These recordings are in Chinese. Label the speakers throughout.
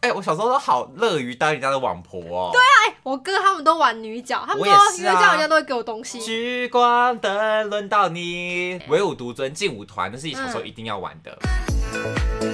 Speaker 1: 哎我小时候都好乐于当人家的网婆哦。对啊，
Speaker 2: 我哥他们都玩女角，他们
Speaker 1: 我
Speaker 2: 说
Speaker 1: 也
Speaker 2: 女
Speaker 1: 是啊
Speaker 2: 角人家都会给我东西。
Speaker 1: 聚光灯轮到你，唯我独尊劲舞团，那是你小
Speaker 2: 嗯
Speaker 1: 时候一定要玩的。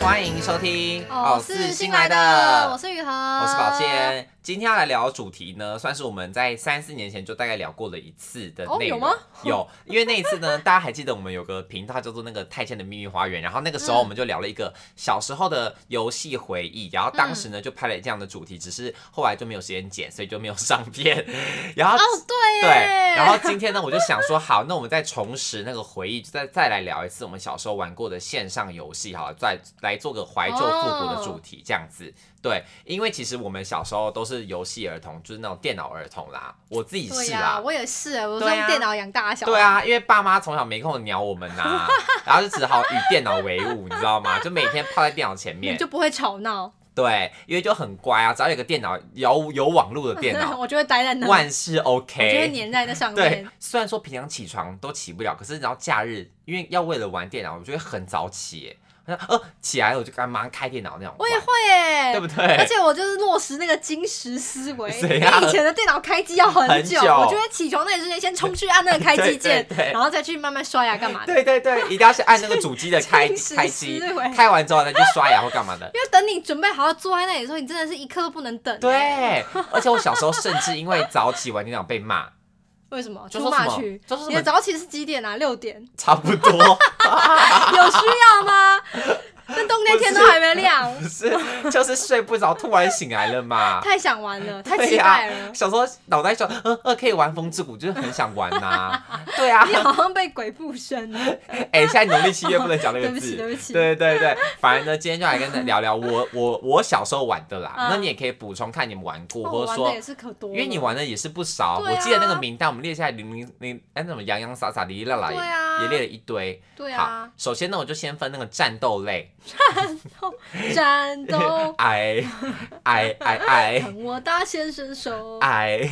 Speaker 1: 欢迎收听
Speaker 2: 哦，是新来的，我是雨禾，
Speaker 1: 我
Speaker 2: 我
Speaker 1: 是宝。健， 今天要来聊的主题呢，算是我们在三四年前就大概聊过了一次的
Speaker 2: 哦
Speaker 1: 内容。
Speaker 2: 有吗
Speaker 1: 有因为那一次呢，大 家还记得我们有个频道叫做那个太谦的秘密花园，然后那个时候
Speaker 2: 嗯
Speaker 1: 我们就聊了一个小时候的游戏回忆，然后当时
Speaker 2: 嗯
Speaker 1: 呢就拍了这样的主题，只是后来就没有时间剪，所以就没有上片。 然后
Speaker 2: 哦，对
Speaker 1: 对，
Speaker 2: 耶
Speaker 1: 然后今天呢，我就想说，好，那我们再重拾那个回忆，就再再来聊一次我们小时候玩过的线上游戏，好了，再来做个怀旧复古的主题，这样子。对，因为其实我们小时候都是游戏儿童，就是那种电脑儿童啦，我自己
Speaker 2: 对
Speaker 1: 是
Speaker 2: 呀、
Speaker 1: 啦。
Speaker 2: 我也是，我是
Speaker 1: 对啊
Speaker 2: 用电脑养大的小孩。
Speaker 1: 对，啊，因为爸妈从小没空鸟我们呐、 然后就只好与电脑为伍，你知道吗？就每天泡在电脑前
Speaker 2: 你
Speaker 1: 面
Speaker 2: 就。不会吵闹，
Speaker 1: 对，因为就很乖啊，只要有个电脑有有网络的电脑，
Speaker 2: 我就会待在那，我
Speaker 1: 万事 OK。
Speaker 2: 就会粘在那上
Speaker 1: 对
Speaker 2: 面。，
Speaker 1: 虽然说平常起床都起不了，可是你知道假日，因为要为了玩电脑，我就会很早起耶，好像呃起来了我就赶忙开电脑那种玩，
Speaker 2: 我也会耶，
Speaker 1: 对不
Speaker 2: 而
Speaker 1: 对？
Speaker 2: 且我就是落实那个金石思维，因
Speaker 1: 怎
Speaker 2: 为
Speaker 1: 样
Speaker 2: 以前的电脑开机要很
Speaker 1: 啊很久
Speaker 2: 我就会起床那段时间先冲去按那个开机键，
Speaker 1: 对对对
Speaker 2: 然后再去慢慢刷牙干嘛的。
Speaker 1: 对对对，一定要是按那个主机的开
Speaker 2: 真实
Speaker 1: 开机
Speaker 2: 思维，
Speaker 1: 开完之后再去刷牙或干嘛的。
Speaker 2: 因为等你准备好要坐在那里的时候，你真的是一刻都不能等。，
Speaker 1: 对，而且我小时候甚至因为早起玩电脑被骂，
Speaker 2: 为什么？
Speaker 1: 就
Speaker 2: 出
Speaker 1: 说什
Speaker 2: 骂
Speaker 1: 么
Speaker 2: 去
Speaker 1: 就说。什
Speaker 2: 你的
Speaker 1: 么
Speaker 2: 早起是几点啊？六点，
Speaker 1: 差不多
Speaker 2: 有需要吗？那冬天天都还没 亮，
Speaker 1: 不是就是睡不着，突然醒来了嘛。
Speaker 2: 太想玩了，太
Speaker 1: 对啊
Speaker 2: 期
Speaker 1: 呀
Speaker 2: 待了。
Speaker 1: 小时候脑袋想，呃呃，可以玩风之谷，就是很想玩呐、对 啊，
Speaker 2: 你好像被鬼附身了，
Speaker 1: 哎、现在农历七月不能讲那
Speaker 2: 对
Speaker 1: 个
Speaker 2: 不起
Speaker 1: 字，
Speaker 2: 对不起
Speaker 1: 对对对反正呢，今天就来跟大家聊聊我我我小时候玩的啦。
Speaker 2: 嗯
Speaker 1: 那你也可以补充看你们玩过，
Speaker 2: 哦
Speaker 1: 或
Speaker 2: 我
Speaker 1: 者
Speaker 2: 玩
Speaker 1: 说
Speaker 2: 的也，是可多了。
Speaker 1: 因为你玩的也是不少。
Speaker 2: 对啊
Speaker 1: 我记得那个名单，我们列下来零零零，哎，那种洋洋洒洒、哩哩啦啦也、
Speaker 2: 对啊
Speaker 1: 也列了一堆。
Speaker 2: 对
Speaker 1: 好
Speaker 2: 啊，，
Speaker 1: 首先呢，我就先分那个战斗类，
Speaker 2: 战斗
Speaker 1: 哎哎哎哎
Speaker 2: 捧我大先生手。
Speaker 1: 哎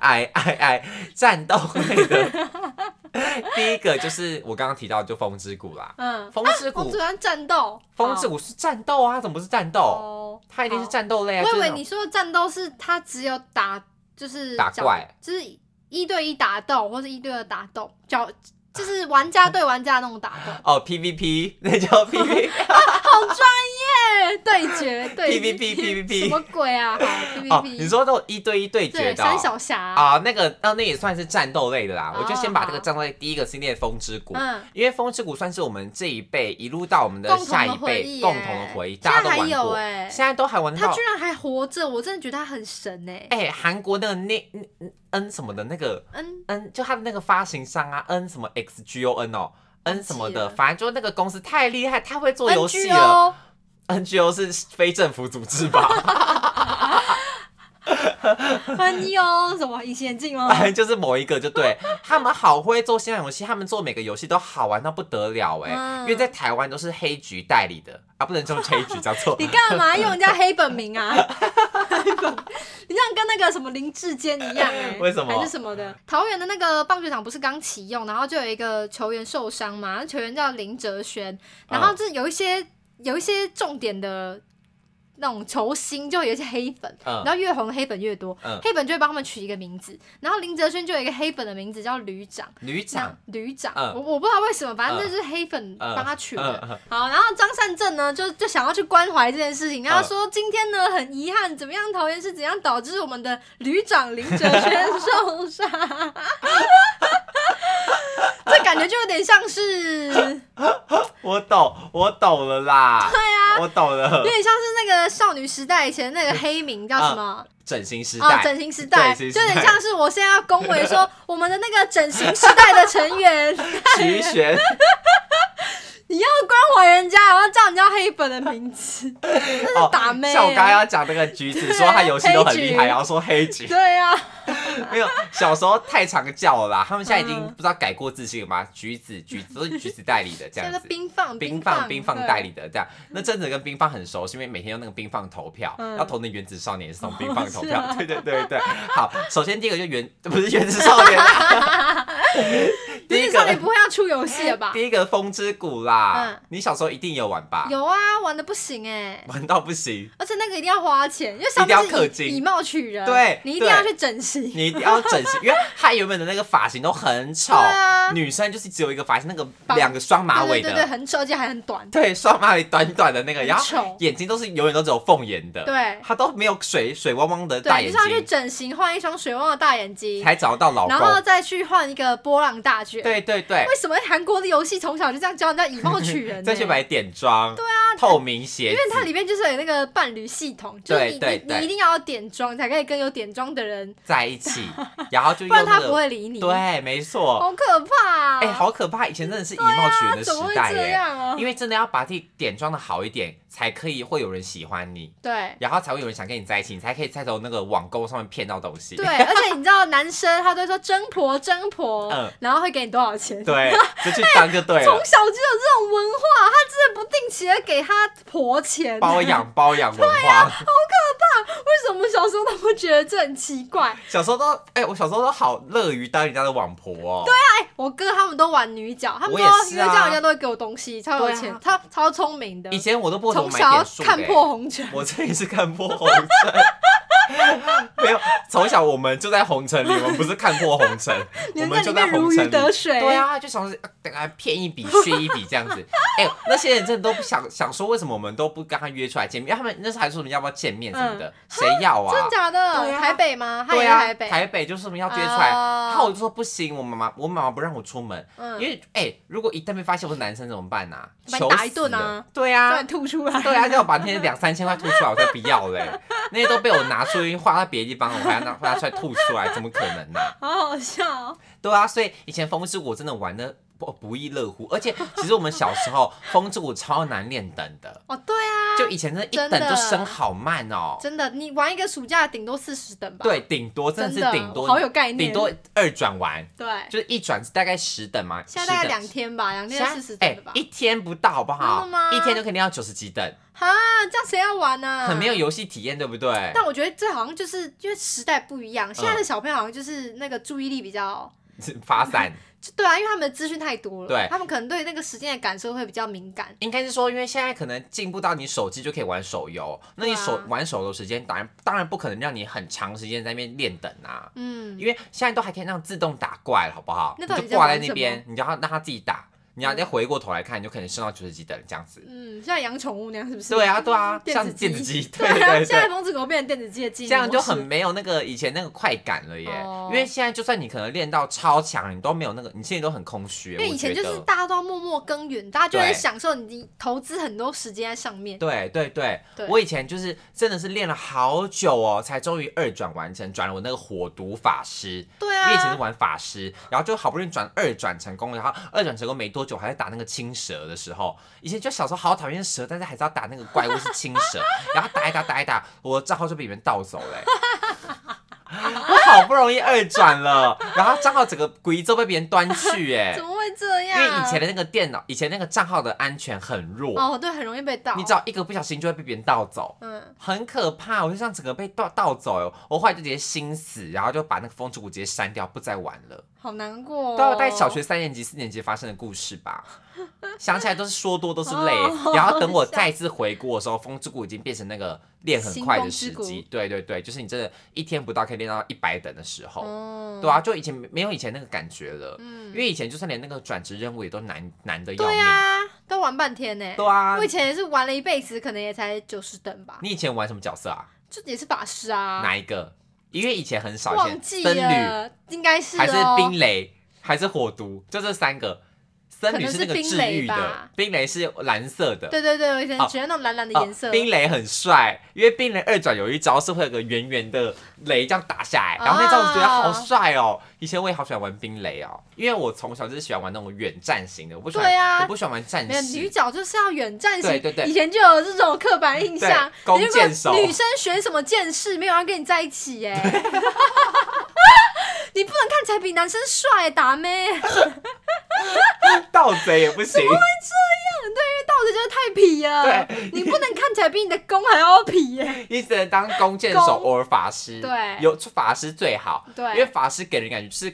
Speaker 1: 哎哎哎，战斗类的 第一个就是我刚刚提到，就风之谷啦。
Speaker 2: 嗯，
Speaker 1: 风之
Speaker 2: 我
Speaker 1: 谷
Speaker 2: 喜，欢战斗。
Speaker 1: 风之
Speaker 2: 好
Speaker 1: 谷是战斗啊，怎么不是战斗？
Speaker 2: 哦，
Speaker 1: 它一定是战斗类啊！
Speaker 2: 我
Speaker 1: 就
Speaker 2: 以
Speaker 1: 是那
Speaker 2: 为
Speaker 1: 种
Speaker 2: 你说的战斗是他只有打，就是
Speaker 1: 打
Speaker 2: 角
Speaker 1: 怪，
Speaker 2: 就是一对一打斗，或者一对二打斗，角就是玩家对玩家那种打斗，
Speaker 1: 哦 PVP，那 叫 PVP
Speaker 2: 哎， 对决对
Speaker 1: PVP
Speaker 2: 什
Speaker 1: PVP
Speaker 2: 么鬼啊？好
Speaker 1: 哦，
Speaker 2: ，PVP，
Speaker 1: 你说那种一对一对决
Speaker 2: 对
Speaker 1: 的
Speaker 2: 三
Speaker 1: 哦
Speaker 2: 小侠，
Speaker 1: 啊，那个那那也算是战斗类的啦。我就先把这个
Speaker 2: 哦
Speaker 1: 战斗类第一个系列《风之谷》。
Speaker 2: 嗯，
Speaker 1: 因为《风之谷》算是我们这一辈一路到我们的
Speaker 2: 共同的
Speaker 1: 下一
Speaker 2: 回
Speaker 1: 辈
Speaker 2: 忆
Speaker 1: 共
Speaker 2: 耶
Speaker 1: 同的回忆，
Speaker 2: 现
Speaker 1: 大家
Speaker 2: 在
Speaker 1: 都
Speaker 2: 还
Speaker 1: 玩
Speaker 2: 有
Speaker 1: 过，
Speaker 2: 哎，
Speaker 1: 现在都还玩得
Speaker 2: 他
Speaker 1: 到
Speaker 2: 居。然还活着，我真的觉得他很神哎。
Speaker 1: 哎，韩国那个那嗯嗯 N 什么的那个
Speaker 2: 嗯，
Speaker 1: N，就他的那个发行商啊，N 什么 XGON 哦，N 什么
Speaker 2: 忘记了
Speaker 1: 的，反正就那个公司太厉害，太会做游戏
Speaker 2: NGO
Speaker 1: 了。NGO 是非政府组织 吧？
Speaker 2: NGO 什么隐形眼镜吗？
Speaker 1: 反正就是某一个就对，他们好会做线上游戏，他们做每个游戏都好玩到不得了哎、
Speaker 2: 嗯
Speaker 1: 因为在台湾都是黑局代理的啊，不能用黑局叫做
Speaker 2: 你干嘛用人家黑本名啊？ 黑本，你这样跟那个什么林志坚一 样哎、
Speaker 1: 为什么
Speaker 2: 还是什么的？桃园的那个棒球场不是刚启用，然后就有一个球员受伤嘛，那球员叫林哲轩，
Speaker 1: 啊
Speaker 2: 然后就是有一些、有一些重点的。那种球星就有一些黑粉，
Speaker 1: 嗯
Speaker 2: 然后越红的黑粉越多，
Speaker 1: 嗯
Speaker 2: 黑粉就会帮他们取一个名字。然后林哲轩就有一个黑粉的名字叫旅长，
Speaker 1: 旅
Speaker 2: 像
Speaker 1: 长。
Speaker 2: 旅长，
Speaker 1: 嗯
Speaker 2: 我我不知道为什么，反正
Speaker 1: 嗯
Speaker 2: 就是黑粉
Speaker 1: 嗯
Speaker 2: 帮他取的。
Speaker 1: 嗯嗯
Speaker 2: 好，然后张善政呢，就就想要去关怀这件事情，然后说今天呢很遗憾，怎么样桃园是怎样导致我们的旅长林哲轩受伤， 这感觉就有点像 是，有
Speaker 1: 我懂，我懂了啦。对啊，我懂了。
Speaker 2: 点像是那个少女时代以前那个黑名叫什么？
Speaker 1: 整形啊时
Speaker 2: 哦
Speaker 1: 代，，
Speaker 2: 整形时代，
Speaker 1: 整形时
Speaker 2: 就有点
Speaker 1: 代
Speaker 2: 像是我现在要恭维说 我们的那个整形时代的成员，
Speaker 1: 徐玄，
Speaker 2: 你要关怀人家，然后叫人家黑本的名字，
Speaker 1: 哦
Speaker 2: 打妹
Speaker 1: 像我刚刚要讲那个橘子，说他游戏都很厉
Speaker 2: 黑
Speaker 1: 害，
Speaker 2: 橘
Speaker 1: 然后说黑橘，
Speaker 2: 对啊，
Speaker 1: 没有，小时候太常叫了啦。他们现在已经
Speaker 2: 嗯
Speaker 1: 不知道改过自新了吗？橘子，橘子都是橘子代理的这
Speaker 2: 叫
Speaker 1: 样
Speaker 2: 做
Speaker 1: 子。
Speaker 2: 冰放
Speaker 1: 冰放冰放代
Speaker 2: 理。
Speaker 1: 理的这样，那阵子跟冰放很熟，是因为每天用那个冰放投票，
Speaker 2: 嗯
Speaker 1: 要投那原子少年也是从冰放投
Speaker 2: 是啊
Speaker 1: 票，对对对对。好，首先第一个就原不是原子少年啦，第
Speaker 2: 你
Speaker 1: 一
Speaker 2: 青少
Speaker 1: 个
Speaker 2: 年不会要出游戏了吧？
Speaker 1: 第一个风之谷啦
Speaker 2: 嗯，
Speaker 1: 你小时候一定有玩吧？
Speaker 2: 有啊，玩的不行哎、
Speaker 1: 玩到不行，
Speaker 2: 而且那个一定要花钱，因为上
Speaker 1: 一定要
Speaker 2: 面
Speaker 1: 氪
Speaker 2: 是
Speaker 1: 金
Speaker 2: 以以貌取人，
Speaker 1: 对
Speaker 2: 你一定要去整形。
Speaker 1: 你一定要整形，因为他原本的那个发型都很丑
Speaker 2: 对啊，
Speaker 1: 女生就是只有一个发型，那个
Speaker 2: 绑
Speaker 1: 两个双马
Speaker 2: 对
Speaker 1: 尾
Speaker 2: 对对对，
Speaker 1: 的，
Speaker 2: 很丑，而且还很短。
Speaker 1: 对，双马尾短短的那个，
Speaker 2: 很
Speaker 1: 然后
Speaker 2: 丑
Speaker 1: 眼睛都是永远都只有凤眼的，
Speaker 2: 对
Speaker 1: 他都没有水水汪汪的大
Speaker 2: 对，
Speaker 1: 眼
Speaker 2: 就是要去
Speaker 1: 睛，
Speaker 2: 整形，换一双水汪汪的大眼睛，
Speaker 1: 才找到老
Speaker 2: 然后
Speaker 1: 公。
Speaker 2: 再去换一个波浪大卷。
Speaker 1: 对对对，
Speaker 2: 为什么韩国的游戏从小就这样教人家以貌取人、呢？
Speaker 1: 再去买点妆，对啊，透明鞋
Speaker 2: 因
Speaker 1: 子
Speaker 2: 为，它里面就是有那个伴侣系统，就是你
Speaker 1: 对对
Speaker 2: 你
Speaker 1: 对
Speaker 2: 你一定要有点妆，才可以跟有点妆的人，
Speaker 1: 在一 起，然后就
Speaker 2: 不
Speaker 1: 用
Speaker 2: 然他
Speaker 1: 那
Speaker 2: 不
Speaker 1: 个，
Speaker 2: 会理你。，
Speaker 1: 对，没错，
Speaker 2: 好可怕、啊！
Speaker 1: 哎、好可怕！以前真的是以貌取人
Speaker 2: 他
Speaker 1: 的
Speaker 2: 怎么
Speaker 1: 时
Speaker 2: 会
Speaker 1: 代
Speaker 2: 这
Speaker 1: 耶、
Speaker 2: 样啊？
Speaker 1: 因为真的要把自己点妆的好一点，才可以会有人喜欢你，
Speaker 2: 对。
Speaker 1: 然后才会有人想跟你在一起，你才可以再从那个网购上面骗到东西。
Speaker 2: 对，而且你知道男生他都会说征婆征婆，
Speaker 1: 嗯
Speaker 2: 然后会给你多少钱？
Speaker 1: 对，啊就去当就对
Speaker 2: 从
Speaker 1: 了，
Speaker 2: 小就有这种文化，他真的不定期的给他婆钱。
Speaker 1: 包养包养啊文化。
Speaker 2: 为什么小时候他们觉得这很奇怪？
Speaker 1: 小时候都，哎、我小时候都好乐于当人家的网婆哦。对
Speaker 2: 我哥他们都玩女角，他们
Speaker 1: 我
Speaker 2: 说哦
Speaker 1: 也是啊
Speaker 2: 因为这样人家都会给我东西，超有
Speaker 1: 对啊
Speaker 2: 钱，超超聪明的
Speaker 1: 以。前我都不懂
Speaker 2: 从
Speaker 1: 买
Speaker 2: 小
Speaker 1: 点数的、欸
Speaker 2: 看破红尘，
Speaker 1: 我这里是看破红尘， 没有，从小我们就在红尘里，我们不是看破红 尘，
Speaker 2: 你
Speaker 1: 我
Speaker 2: 们
Speaker 1: 们
Speaker 2: 在
Speaker 1: 就
Speaker 2: 里
Speaker 1: 在
Speaker 2: 面
Speaker 1: 红
Speaker 2: 如鱼
Speaker 1: 尘
Speaker 2: 得
Speaker 1: 里。
Speaker 2: 水。
Speaker 1: 对，啊，就想说呃等下骗一笔血一笔这样子。哎、那些人真的都不想想说，为什么我们都不跟他约出来见面？因为他们那时候还说我们要不要见面什么的，谁、要
Speaker 2: 嗯真
Speaker 1: 啊
Speaker 2: 的？假
Speaker 1: 对
Speaker 2: 的？
Speaker 1: 啊
Speaker 2: 台北吗？他也
Speaker 1: 对
Speaker 2: 在
Speaker 1: 啊，
Speaker 2: 台北。
Speaker 1: 就是我们要约出来。
Speaker 2: 哦
Speaker 1: 然后我就说不行，我妈妈我妈妈不让我出门，因
Speaker 2: 嗯，
Speaker 1: 为哎、如果一旦被发现我是男生怎么办啊？
Speaker 2: 把你
Speaker 1: 求
Speaker 2: 打一
Speaker 1: 死
Speaker 2: 顿啊
Speaker 1: 了！对
Speaker 2: 突
Speaker 1: 啊，
Speaker 2: 然吐出 来。
Speaker 1: 对啊，叫我把那些两三千块吐出来，我才不要嘞、 那些都被我拿出去花到别的地方，我还要拿花出来吐出来，怎么可能呢、
Speaker 2: 好好笑哦。
Speaker 1: 对啊，所以以前风之谷真的玩的不不亦乐乎，而且其实我们小时候风之谷超难练等的，
Speaker 2: 哦，对啊，
Speaker 1: 就以前真的一
Speaker 2: 真
Speaker 1: 等
Speaker 2: 的
Speaker 1: 就升好慢哦、
Speaker 2: 啊真的，你玩一个暑假顶多四十等吧。
Speaker 1: 对，顶多真的
Speaker 2: 真
Speaker 1: 是
Speaker 2: 的
Speaker 1: 顶多
Speaker 2: 我好有概念
Speaker 1: 顶多二转完，
Speaker 2: 对，
Speaker 1: 就是一转是大概十等嘛，
Speaker 2: 现在大
Speaker 1: 10等
Speaker 2: 概两天吧，两天四十
Speaker 1: 哎、
Speaker 2: 等的吧。
Speaker 1: 一天不到好不好
Speaker 2: 真的吗？
Speaker 1: 一天就肯定要九十几等，
Speaker 2: 哈，这样谁要玩呢？
Speaker 1: 很没有。游戏体验，对不对？
Speaker 2: 但我觉得这好像就是因为时代不一样，现
Speaker 1: 嗯
Speaker 2: 在的小朋友好像就是那个注意力比较，
Speaker 1: 发散。
Speaker 2: 就对啊，因为他们的资讯太多了，
Speaker 1: 对
Speaker 2: 他们可能对那个时间的感受会比较敏感。
Speaker 1: 应该是说，因为现在可能进步到你手机就可以玩手游，那你
Speaker 2: 对啊
Speaker 1: 手、玩手游时间当然当然不可能让你很长时间在那边练等啊，
Speaker 2: 嗯，
Speaker 1: 因为现在都还可以让自动打怪，好不好？
Speaker 2: 那到底
Speaker 1: 你就
Speaker 2: 在
Speaker 1: 挂在
Speaker 2: 玩什
Speaker 1: 那
Speaker 2: 么
Speaker 1: 边，你就要让他自己打，你要再回过头来看，你就可能升到九十几等这样子。
Speaker 2: 嗯，像养宠物那样，是不是？
Speaker 1: 对啊，对啊，
Speaker 2: 电
Speaker 1: 像
Speaker 2: 子
Speaker 1: 电子鸡，
Speaker 2: 对
Speaker 1: 对
Speaker 2: 啊，
Speaker 1: 对
Speaker 2: 现在
Speaker 1: 对。
Speaker 2: 风之谷变成电子鸡的记忆
Speaker 1: 这样就
Speaker 2: 模式
Speaker 1: 很没有那个以前那个快感了耶，
Speaker 2: 哦
Speaker 1: 因为现在就算你可能练到超强，你都没有那个，你现在都很空虚。
Speaker 2: 因为
Speaker 1: 我
Speaker 2: 以前
Speaker 1: 觉
Speaker 2: 就是
Speaker 1: 得
Speaker 2: 大家都要默默耕耘，大家就很
Speaker 1: 对
Speaker 2: 享受你投资很多时间在上面。
Speaker 1: 对对对，
Speaker 2: 对
Speaker 1: 我以前就是真的是练了好久哦，才终于二转完成，转了我那个火毒法师。
Speaker 2: 对
Speaker 1: 因为以前是
Speaker 2: 啊，
Speaker 1: 玩法师，然后就好不容易转二转成功了，然后二转成功没多久，还在打那个青蛇的时候，以前就小时候好讨厌蛇，但是还是要打那个怪物是青蛇，然后打一打打一打，我的账号就被你们盗走了欸、 我好不容易二转了，然后账号整个鬼都被别人端去、欸，
Speaker 2: 怎么会这
Speaker 1: 因
Speaker 2: 样？
Speaker 1: 为以前的那个电脑，以前那个账号的安全很弱，
Speaker 2: 哦，对，很容易被盗。
Speaker 1: 你只要一个不小心就会被别人盗走，
Speaker 2: 嗯，
Speaker 1: 很可怕，我就这样整个被盗盗走了，我后来就直接心死，然后就把那个风之谷直接删掉，不再玩了。
Speaker 2: 好难过、哦。
Speaker 1: 都要在小学三年级、四年级发生的故事吧， 想起来都是说多都是泪。
Speaker 2: 哦
Speaker 1: 然后等我再次回顾的时候，风之谷已经变成那个练很快的时
Speaker 2: 新风之
Speaker 1: 机
Speaker 2: 谷。
Speaker 1: 对对对，就是你真的一天不到可以练到一百等的时候，
Speaker 2: 哦，
Speaker 1: 对啊，就以前没有以前那个感觉了，因
Speaker 2: 嗯，
Speaker 1: 为以前就算连那个转职任务也都难难的要
Speaker 2: 对
Speaker 1: 命。
Speaker 2: 啊，都玩半天呢、
Speaker 1: 对啊
Speaker 2: 我以，前也是玩了一辈子，可能也才九十等吧，
Speaker 1: 你以前玩什么角色啊？
Speaker 2: 就也是法师啊，
Speaker 1: 哪一个？因为以前很少，以
Speaker 2: 忘
Speaker 1: 前
Speaker 2: 记
Speaker 1: 僧侣
Speaker 2: 了，应该是、哦、
Speaker 1: 还是冰雷还是火毒，就这三个。僧侣那个治愈
Speaker 2: 可能是冰雷
Speaker 1: 的
Speaker 2: 吧，
Speaker 1: 冰雷是蓝色的。
Speaker 2: 对对对，我以前
Speaker 1: 哦
Speaker 2: 喜欢那种蓝蓝的
Speaker 1: 哦
Speaker 2: 颜色。
Speaker 1: 冰雷很帅，因为冰雷二转有一招是会有个圆圆的雷这样打下来，
Speaker 2: 啊
Speaker 1: 然后那招我觉得好帅哦。以前我也好喜欢玩冰雷哦，因为我从小就是喜欢玩那种远战型的，我不喜欢，
Speaker 2: 对啊
Speaker 1: 我不喜欢玩战
Speaker 2: 没有女
Speaker 1: 士。
Speaker 2: 角就是要远战型，
Speaker 1: 对对对
Speaker 2: 以前就有这种刻板印象
Speaker 1: 对。弓
Speaker 2: 你如果
Speaker 1: 箭手
Speaker 2: 女生选什么剑士，没有人跟你在一起 耶。你不能看起来比男生帅，达妹，因为
Speaker 1: 盗贼也不行，
Speaker 2: 到底就是太痞了。你不能看起来比你的弓还要痞耶。
Speaker 1: 你只能当弓箭手
Speaker 2: 弓
Speaker 1: 偶尔法师，
Speaker 2: 对
Speaker 1: 有法师最好，因为
Speaker 2: 对，
Speaker 1: 法师给人感觉就是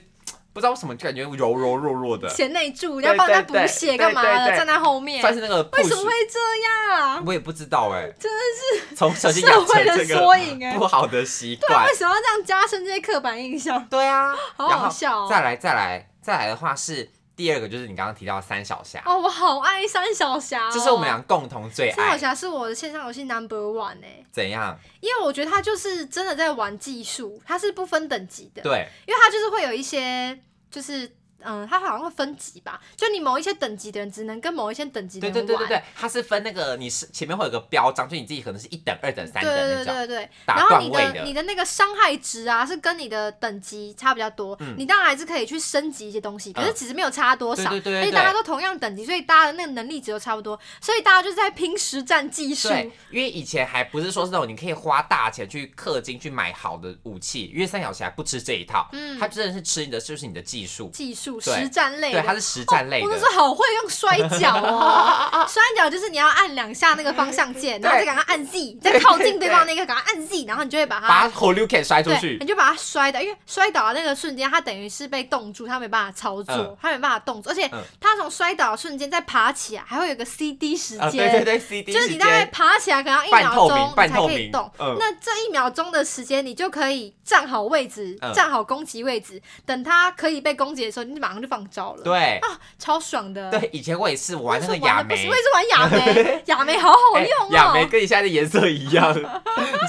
Speaker 1: 不知道为什么就感觉柔柔弱弱的，
Speaker 2: 贤内助
Speaker 1: 对
Speaker 2: 要帮他补
Speaker 1: 对对
Speaker 2: 血
Speaker 1: 对
Speaker 2: 干嘛
Speaker 1: 对
Speaker 2: 的，
Speaker 1: 对
Speaker 2: 站在后面，
Speaker 1: 算是那个
Speaker 2: 为什
Speaker 1: push
Speaker 2: 么会这样？
Speaker 1: 我也不知道哎、
Speaker 2: 真
Speaker 1: 的是从小就
Speaker 2: 社
Speaker 1: 养
Speaker 2: 会
Speaker 1: 成
Speaker 2: 的
Speaker 1: 这
Speaker 2: 缩
Speaker 1: 个
Speaker 2: 影哎
Speaker 1: 不，好的习
Speaker 2: 对啊，
Speaker 1: 惯
Speaker 2: 为。什么要这样加深这些刻板印象？
Speaker 1: 对啊，
Speaker 2: 好
Speaker 1: 然
Speaker 2: 好
Speaker 1: 后
Speaker 2: 笑哦
Speaker 1: 再来再来再来的话是第二个，就是你刚刚提到的三小侠，
Speaker 2: 哦，我好爱三小侠、哦，
Speaker 1: 这是我们俩共同最
Speaker 2: 三小
Speaker 1: 爱。
Speaker 2: 侠是我的线上游戏 number one 哎、
Speaker 1: 怎样？
Speaker 2: 因为我觉得他就是真的在玩技术，他是不分等级的，
Speaker 1: 对
Speaker 2: 因为他就是会有一些就是。嗯，他好像会分级吧，就你某一些等级的人只能跟某一些等级的
Speaker 1: 对
Speaker 2: 人
Speaker 1: 对
Speaker 2: 玩，
Speaker 1: 对对对，它是分那个你是前面会有个标章，就你自己可能是一等、二等、三等
Speaker 2: 对
Speaker 1: 那
Speaker 2: 对
Speaker 1: 种
Speaker 2: 对对，
Speaker 1: 打
Speaker 2: 然后
Speaker 1: 段
Speaker 2: 你
Speaker 1: 位
Speaker 2: 的你的那个伤害值啊，是跟你的等级差比较多，
Speaker 1: 嗯
Speaker 2: 你当然还是可以去升级一些东西，可是
Speaker 1: 嗯
Speaker 2: 其实没有差多少，
Speaker 1: 对对对对
Speaker 2: 而且
Speaker 1: 对
Speaker 2: 大家都同样等级，所以大家的那个能力值都差不多，所以大家就是在拼实战技术。
Speaker 1: 对，因为以前还不是说是那种你可以花大钱去氪金去买好的武器，因为三小侠不吃这一套，
Speaker 2: 嗯
Speaker 1: 他真的是吃你的就是你的技术，
Speaker 2: 技术
Speaker 1: 对
Speaker 2: 实战类
Speaker 1: 对，他
Speaker 2: 的。
Speaker 1: 是实战类
Speaker 2: 哦我那
Speaker 1: 的
Speaker 2: 时。候好会用摔跤 哦，摔跤就是你要按两下那个方向键，然后再
Speaker 1: 对
Speaker 2: 赶快按 Z，再靠近对方那个赶快按 Z，然后你就会把它
Speaker 1: 把 h o l u k e n 摔出
Speaker 2: 对，
Speaker 1: 去
Speaker 2: 你，就把它摔倒，因为摔倒的那个瞬间，它等于是被冻住，它没办法操作，
Speaker 1: 嗯
Speaker 2: 它没办法动作，而且
Speaker 1: 嗯
Speaker 2: 它从摔倒的瞬间再爬起来，还会有个 CD 时间。
Speaker 1: 啊，对对对，CD
Speaker 2: 就是
Speaker 1: 时
Speaker 2: 你大概
Speaker 1: 间
Speaker 2: 爬起来可能要一
Speaker 1: 半
Speaker 2: 秒
Speaker 1: 透
Speaker 2: 钟，
Speaker 1: 明
Speaker 2: 你
Speaker 1: 半
Speaker 2: 才
Speaker 1: 透
Speaker 2: 可以
Speaker 1: 明
Speaker 2: 动。
Speaker 1: 嗯
Speaker 2: 那这一秒钟的时间，你就可以站好位置，
Speaker 1: 嗯
Speaker 2: 站好攻击位置。等它可以被攻击的时候，你马上就放招了。
Speaker 1: 对
Speaker 2: 啊，超爽的。
Speaker 1: 对，以前我也是玩那个
Speaker 2: 我
Speaker 1: 雅
Speaker 2: 也是玩的不
Speaker 1: 梅
Speaker 2: 是我，也是玩 雅梅，雅梅好好
Speaker 1: 哎
Speaker 2: 用哦。
Speaker 1: 雅梅跟你现在的颜色一 样，你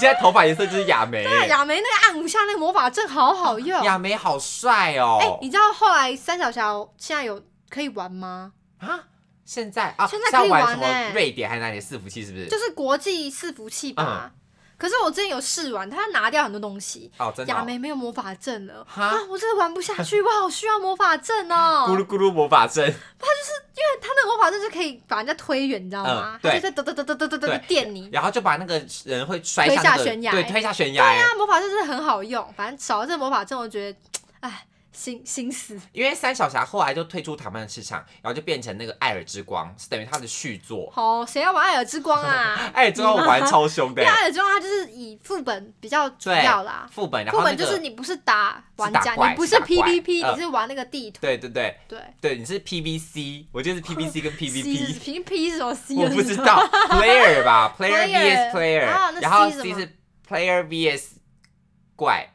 Speaker 1: 现在头发颜色就是雅哎梅，
Speaker 2: 对啊雅梅那个按五下那个魔法阵好好用。
Speaker 1: 雅梅好帅
Speaker 2: 哎、
Speaker 1: 哦
Speaker 2: 你知道后来三小侠现在有可以玩吗？
Speaker 1: 啊！现在啊，
Speaker 2: 现
Speaker 1: 现
Speaker 2: 在
Speaker 1: 在
Speaker 2: 可以
Speaker 1: 玩
Speaker 2: 玩
Speaker 1: 什么
Speaker 2: 哎
Speaker 1: 瑞典还是哪里的伺服器是不是？
Speaker 2: 就是国际伺服器吧。
Speaker 1: 嗯
Speaker 2: 可是我之前有试玩，它拿掉很多东西，
Speaker 1: 哦，真的
Speaker 2: 亚
Speaker 1: 哦
Speaker 2: 梅没有魔法阵了
Speaker 1: 哈
Speaker 2: 啊！我真的玩不下 去，我好需要魔法阵哦。
Speaker 1: 咕噜咕噜魔法阵，
Speaker 2: 它那个魔法阵是可以把人家推远，你知道吗？
Speaker 1: 嗯对
Speaker 2: 它就在得得得得得得得
Speaker 1: 对
Speaker 2: 电你。
Speaker 1: 然后就把那个人会摔
Speaker 2: 推
Speaker 1: 向
Speaker 2: 下
Speaker 1: 那个
Speaker 2: 悬崖
Speaker 1: 对，推下悬
Speaker 2: 对
Speaker 1: 崖欸。
Speaker 2: 啊，魔法阵真的很好用，反正少了这个魔法阵，我觉得，哎，心心死。
Speaker 1: 因为三小侠后来就退出台湾的市场，然后就变成那个《艾尔之光》，是等于他的续 作。？
Speaker 2: 好，谁要玩艾尔之光 啊
Speaker 1: 哎艾尔之光我玩超凶
Speaker 2: 因
Speaker 1: 的
Speaker 2: 为
Speaker 1: 欸，
Speaker 2: 艾尔之光它就是以副本比较主
Speaker 1: 对
Speaker 2: 要啦。
Speaker 1: 副本，然
Speaker 2: 副
Speaker 1: 后那
Speaker 2: 本就是
Speaker 1: 个
Speaker 2: 你不是打玩
Speaker 1: 是
Speaker 2: 家，
Speaker 1: 打怪
Speaker 2: 你不
Speaker 1: 是打怪
Speaker 2: PVP，
Speaker 1: 嗯
Speaker 2: 你是玩那个地图。
Speaker 1: 对对对
Speaker 2: 对
Speaker 1: 对，你是 PVC，我就是 PVC 跟
Speaker 2: ，C 是
Speaker 1: PVP，
Speaker 2: PVP 是什么 C？
Speaker 1: 我不知道 player 吧，player vs
Speaker 2: Player
Speaker 1: player，
Speaker 2: 啊那
Speaker 1: 然后
Speaker 2: C 是
Speaker 1: C
Speaker 2: 什么
Speaker 1: 是 player vs 怪，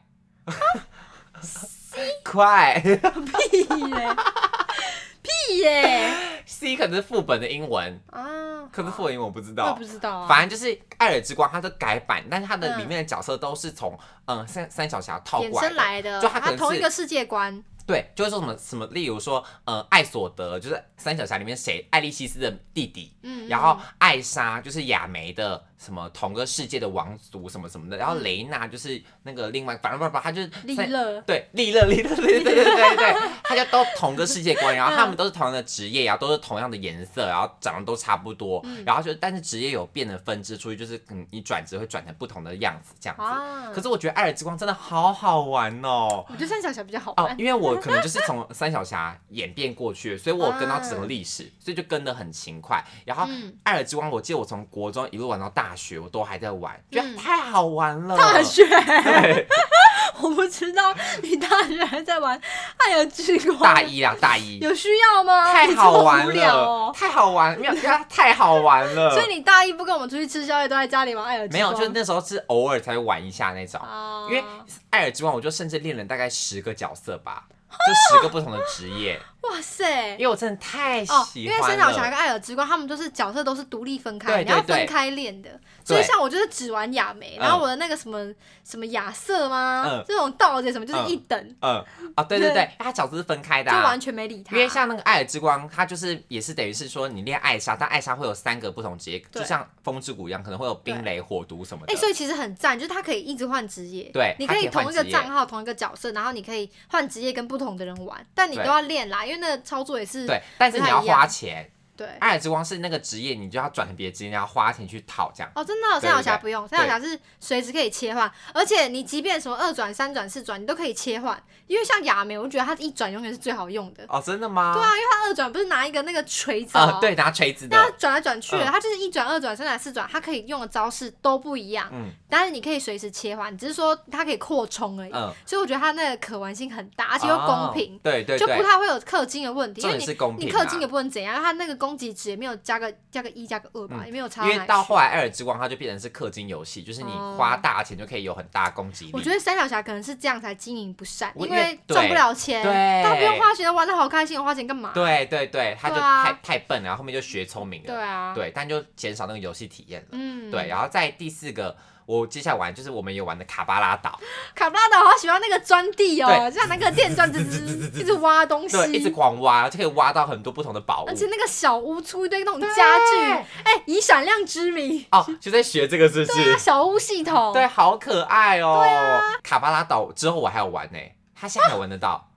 Speaker 1: 快
Speaker 2: 屁耶， 屁耶
Speaker 1: C 可能是副本的英文，
Speaker 2: 啊！
Speaker 1: 可是副本英文我不知
Speaker 2: 我也
Speaker 1: 道
Speaker 2: 不。知道啊。
Speaker 1: 反正就是《艾尔之光》，它的改版，但是它的里面的角色都是从嗯三三小侠套
Speaker 2: 衍
Speaker 1: 过来
Speaker 2: 生
Speaker 1: 的，
Speaker 2: 来的，
Speaker 1: 就它可能是
Speaker 2: 同一个世界观，
Speaker 1: 对，就是说什么什么，例如说呃艾索德就是三小侠里面谁，爱丽西斯的弟弟，
Speaker 2: 嗯，
Speaker 1: 然后艾莎就是亚梅的什么同个世界的王族什么什么的，然后雷娜就是那个另外反正不不，他就是
Speaker 2: 利
Speaker 1: 三
Speaker 2: 乐，
Speaker 1: 对，利乐，利乐，对对对对对对，他就都同个世界观，然后他们都是同样的职业，然后都是同样的颜色，然后长得都差不多，然后就但是职业有变得分支出去，就是嗯，你转职会转成不同的样子这样子。
Speaker 2: 啊
Speaker 1: 可是我觉得《艾尔之光》真的好好玩哦。
Speaker 2: 我觉得三小侠比较好
Speaker 1: 哦
Speaker 2: 玩，。
Speaker 1: 因为我可能就是从三小侠演变过去，所以我有跟到整个历史，所以就跟得很勤快。然后《艾尔之光》，我记得我从国中一路玩到大学，我都还在玩，觉
Speaker 2: 嗯
Speaker 1: 得太好玩了。
Speaker 2: 大学，
Speaker 1: 对
Speaker 2: 我不知道你大学还在玩《艾尔之光》，
Speaker 1: 大一啊，大一
Speaker 2: 有需要吗？
Speaker 1: 太好玩
Speaker 2: 哦
Speaker 1: 了，
Speaker 2: 你这么无聊哦。
Speaker 1: 太好玩，没有，它太好玩了。
Speaker 2: 所以你大一不跟我们出去吃宵夜，都在家里玩《艾尔之
Speaker 1: 没
Speaker 2: 光》？
Speaker 1: 有，就是那时候是偶尔才会玩一下那种。
Speaker 2: 啊，
Speaker 1: 因为艾尔之光，我就甚至练了大概十个角色 吧，就十个不同的职业，
Speaker 2: 哇塞
Speaker 1: 因，为我真的太
Speaker 2: 哦，
Speaker 1: 喜
Speaker 2: 因为
Speaker 1: 欢
Speaker 2: 三
Speaker 1: 了。
Speaker 2: 角侠跟艾尔之光，他们就是角色都是独立分开，
Speaker 1: 对
Speaker 2: 你要
Speaker 1: 对对
Speaker 2: 分开练的。所以
Speaker 1: 对
Speaker 2: 像我就是只玩雅梅，
Speaker 1: 嗯
Speaker 2: 然后我的那个什么什么亚瑟吗
Speaker 1: 嗯，
Speaker 2: 这种盗贼什么就是一等，
Speaker 1: 嗯，啊，对对对，它角色是分开的、
Speaker 2: 就
Speaker 1: 啊
Speaker 2: 完。全没理他。
Speaker 1: 因为像那个艾尔之光，它就是也是等于是说你练艾莎，但艾莎会有三个不同职业，
Speaker 2: 对
Speaker 1: 就像风之谷一样，可能会有冰雷、火毒什么的。
Speaker 2: 哎，所以其实很赞，就是他可以一直换职业，
Speaker 1: 对
Speaker 2: 你
Speaker 1: 他
Speaker 2: 可
Speaker 1: 可以
Speaker 2: 以同一个
Speaker 1: 换职业
Speaker 2: 账号、同一个角色，然后你可以换职业跟不同的人玩，但你都
Speaker 1: 对
Speaker 2: 要练啦，因为那个操作也是
Speaker 1: 对，但是你要
Speaker 2: 不太一样
Speaker 1: 花钱，
Speaker 2: 对。
Speaker 1: 爱尔之光是那个职业，你就要转成别的职业，你要花钱去讨这样。
Speaker 2: 哦，真的哦、
Speaker 1: 对
Speaker 2: 三角
Speaker 1: 对
Speaker 2: 峡
Speaker 1: 对
Speaker 2: 不用，三角峡是随时可以切换，而且你即便什么二转、三转、四转，你都可以切换。因为像雅梅，我觉得它一转永远是最好用的。
Speaker 1: 哦，真的吗？
Speaker 2: 对啊，因为它二转不是拿一个那个锤子
Speaker 1: 啊、
Speaker 2: 哦，
Speaker 1: 对，拿锤子
Speaker 2: 那它
Speaker 1: 的，
Speaker 2: 转来转去的，
Speaker 1: 嗯
Speaker 2: 它就是一转、二转、三转、四转，它可以用的招式都不一样，
Speaker 1: 嗯
Speaker 2: 但是你可以随时切换，只是说它可以扩充而已。
Speaker 1: 嗯，
Speaker 2: 所以我觉得它那个可玩性很大，而且又公平
Speaker 1: 哦，对对
Speaker 2: 就不
Speaker 1: 对，
Speaker 2: 太会有氪金的问题，因
Speaker 1: 重
Speaker 2: 为
Speaker 1: 点
Speaker 2: 你
Speaker 1: 是公平、
Speaker 2: 你
Speaker 1: 啊。
Speaker 2: 氪金也不能怎样，因为它那个攻击值也没有加个加个一加个二吧，
Speaker 1: 嗯
Speaker 2: 也没有差
Speaker 1: 因
Speaker 2: 到哪里
Speaker 1: 为
Speaker 2: 去。
Speaker 1: 到后来，艾尔之光它就变成是氪金游戏，就是你
Speaker 2: 哦
Speaker 1: 花大钱就可以有很大攻击力。
Speaker 2: 我觉得三角侠可能是这样才经营不善，
Speaker 1: 我
Speaker 2: 因
Speaker 1: 因为
Speaker 2: 为赚不了钱，
Speaker 1: 对
Speaker 2: 他不用花钱，玩的好开心，花钱干嘛？
Speaker 1: 对对对，他就
Speaker 2: 啊对啊
Speaker 1: 太、太笨了，然后后面就学聪明
Speaker 2: 对
Speaker 1: 了，
Speaker 2: 啊，
Speaker 1: 对，但就减少那个游戏体验了。
Speaker 2: 嗯，
Speaker 1: 对，。然后在第四个，我接下来玩就是我们有玩的卡巴拉 岛，
Speaker 2: 卡布拉岛好喜欢那个钻地哦，
Speaker 1: 对
Speaker 2: 就像那个电钻，吱吱 吱一直挖东西，
Speaker 1: 对，一直狂挖，就可以挖到很多不同的宝物
Speaker 2: 而。且那个小屋出一堆那种家具，哎，以闪亮之名，
Speaker 1: 哦，就在学这个是不
Speaker 2: 那
Speaker 1: 是？
Speaker 2: 小屋系统，
Speaker 1: 对，好可爱哦。
Speaker 2: 啊
Speaker 1: 卡巴拉岛之后我还有玩呢、欸他现在还玩得 到。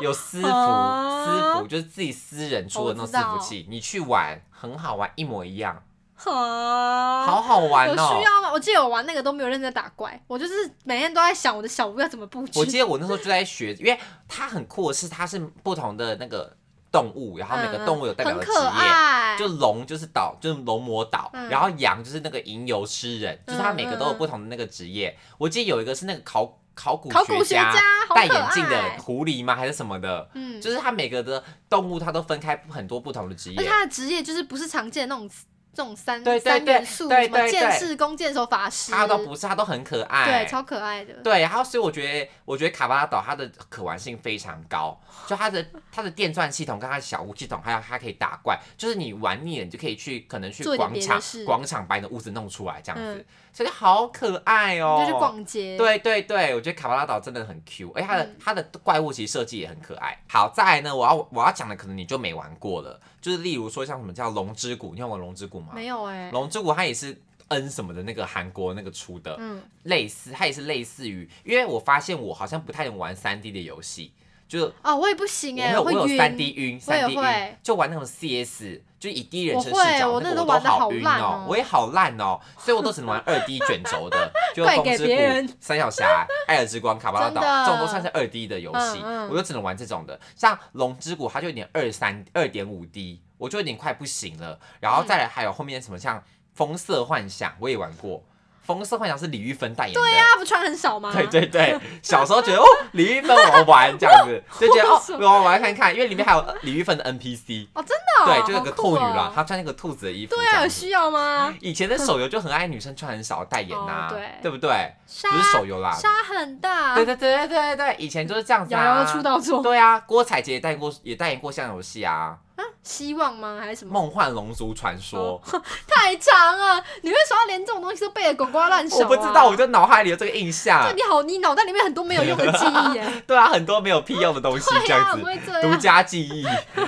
Speaker 1: 有私服，
Speaker 2: 啊
Speaker 1: 私服就是自己私人出的那种私
Speaker 2: 我
Speaker 1: 服
Speaker 2: 知道
Speaker 1: 器，你去玩很好玩，一模一样，
Speaker 2: 哈，
Speaker 1: 好好玩
Speaker 2: 啊有
Speaker 1: 哦
Speaker 2: 需。要吗？我记得我玩那个都没有认真打怪，我就是每天都在想我的小屋要怎么布置。
Speaker 1: 我记得我那时候就在学，因为它很酷的是，它是不同的那个动物，然后每个动物有代表
Speaker 2: 嗯
Speaker 1: 的
Speaker 2: 很
Speaker 1: 职
Speaker 2: 可
Speaker 1: 业。
Speaker 2: 爱，
Speaker 1: 就龙就是岛，就是龙魔岛，
Speaker 2: 嗯
Speaker 1: 然后羊就是那个吟游诗人，就是它每个都有不同的那个职业。我记得有一个是那个考考古
Speaker 2: 考古学
Speaker 1: 家，
Speaker 2: 家好
Speaker 1: 戴
Speaker 2: 可
Speaker 1: 眼镜
Speaker 2: 爱
Speaker 1: 的狐狸吗？还是什么的？
Speaker 2: 嗯，
Speaker 1: 就是它每个的动物，它都分开很多不同的职
Speaker 2: 而且
Speaker 1: 业。
Speaker 2: 他的职业就是不是常见的那种这种三
Speaker 1: 对对
Speaker 2: 三
Speaker 1: 对
Speaker 2: 元素，
Speaker 1: 对
Speaker 2: 什么
Speaker 1: 对
Speaker 2: 剑
Speaker 1: 对
Speaker 2: 士、弓箭手、法师，
Speaker 1: 它都不是，它都很可爱。
Speaker 2: 对，超可爱的。
Speaker 1: 对，然后所以我觉得，我觉得卡巴拉岛它的可玩性非常高，就它的它的电钻系统、跟它的小屋系统，还有它可以打怪，就是你玩腻了，你就可以去可能去
Speaker 2: 做一点
Speaker 1: 广
Speaker 2: 别的
Speaker 1: 场
Speaker 2: 事
Speaker 1: 广场把你的屋子弄出来这样子，
Speaker 2: 嗯
Speaker 1: 所以好可爱
Speaker 2: 你
Speaker 1: 哦。
Speaker 2: 就去逛街，，
Speaker 1: 对对对，我觉得卡巴拉岛真的很 Q，而且它的、
Speaker 2: 嗯
Speaker 1: 它的怪物其实设计也很可爱。好，再来呢，我要我要讲的可能你就没玩过了，就是例如说像什么叫龙之谷，你有玩龙之谷吗？
Speaker 2: 没有哎，
Speaker 1: 龙之谷它也是 N 什么的那个韩国那个出的，
Speaker 2: 嗯，
Speaker 1: 类似，它也是类似于，因为我发现我好像不太能玩三 D 的游戏，就是
Speaker 2: 哦，我也不
Speaker 1: 我
Speaker 2: 行
Speaker 1: 没
Speaker 2: 哎，
Speaker 1: 有
Speaker 2: 会
Speaker 1: 有
Speaker 2: 晕，
Speaker 1: 三 D 晕，
Speaker 2: 我也
Speaker 1: 三 D 晕
Speaker 2: 会
Speaker 1: 就玩那种 CS，就以第一人称
Speaker 2: 我会
Speaker 1: 视角
Speaker 2: 我那
Speaker 1: 那个
Speaker 2: 个都
Speaker 1: 我
Speaker 2: 玩得好
Speaker 1: 好晕
Speaker 2: 烂
Speaker 1: 哦
Speaker 2: 哦，
Speaker 1: 我也好烂哦，所以我都只能玩二 D 卷轴的， 就
Speaker 2: 怪
Speaker 1: 风
Speaker 2: 给
Speaker 1: 之
Speaker 2: 别人
Speaker 1: 谷、三角峡、艾尔之光、卡巴拉
Speaker 2: 真
Speaker 1: 岛
Speaker 2: 的
Speaker 1: 这种都算是二 D 的游戏，
Speaker 2: 嗯嗯
Speaker 1: 我就只能玩这种的。像龙之谷，它就有点二三二点五 D，我就有点快不行了。然
Speaker 2: 嗯
Speaker 1: 后再来还有后面什么像风色幻想，我也玩过。风色幻想是李玉芬代言的，对
Speaker 2: 他不穿很少 吗？
Speaker 1: 对对 对，小时候觉得哦，李玉芬我要玩这样子，就觉得哦，我我要看看，因为里面还有呃李玉芬的 NPC，
Speaker 2: 哦，真的哦，
Speaker 1: 对，就有
Speaker 2: 好
Speaker 1: 个
Speaker 2: 酷
Speaker 1: 兔女
Speaker 2: 哦
Speaker 1: 啦，，她穿那个兔子的哎衣服。
Speaker 2: 对
Speaker 1: 这
Speaker 2: 啊，
Speaker 1: 样
Speaker 2: 有
Speaker 1: 子
Speaker 2: 需要吗？
Speaker 1: 以前的手游就很爱女生穿很少代言呐
Speaker 2: 哦，对
Speaker 1: 对不对？
Speaker 2: 沙
Speaker 1: 不是手游啦，
Speaker 2: 沙很大，
Speaker 1: 对对对对对对，以前就是这样子
Speaker 2: 瑶瑶
Speaker 1: 啊
Speaker 2: 的。啊出道作，
Speaker 1: 对啊，郭采洁也代过，也代言过像游戏啊，
Speaker 2: 希望吗？还是什
Speaker 1: 《
Speaker 2: 么？
Speaker 1: 梦幻龙族传
Speaker 2: 哦
Speaker 1: 说》
Speaker 2: 太长了，你为什么要连这种东西都背得滚瓜烂熟啊？
Speaker 1: 我不知道，我就脑海里有这个印象
Speaker 2: 对。你好，你脑袋里面很多没有用的记忆哎。
Speaker 1: 对啊，很多没有屁用的东西 这
Speaker 2: 对啊呀，
Speaker 1: 样
Speaker 2: 怎
Speaker 1: 子
Speaker 2: 么，会这
Speaker 1: 独
Speaker 2: 样？
Speaker 1: 家记忆，